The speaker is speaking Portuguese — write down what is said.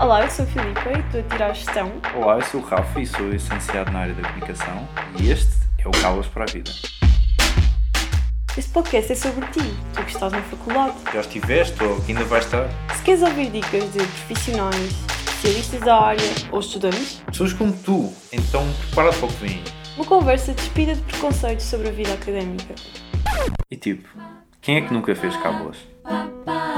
Olá, eu sou a Filipa e estou a tirar a gestão. Olá, eu sou o Rafa e sou licenciado na área da comunicação e este é o Calas para a Vida. Este podcast é sobre ti, tu que estás na faculdade. Já estiveste ou ainda vais estar? Se queres ouvir dicas de profissionais, especialistas da área ou estudantes, Pessoas como tu, então prepara-te para o que vem. uma conversa despida de preconceitos sobre a vida académica. E tipo, quem é que nunca fez cábulas? Bye.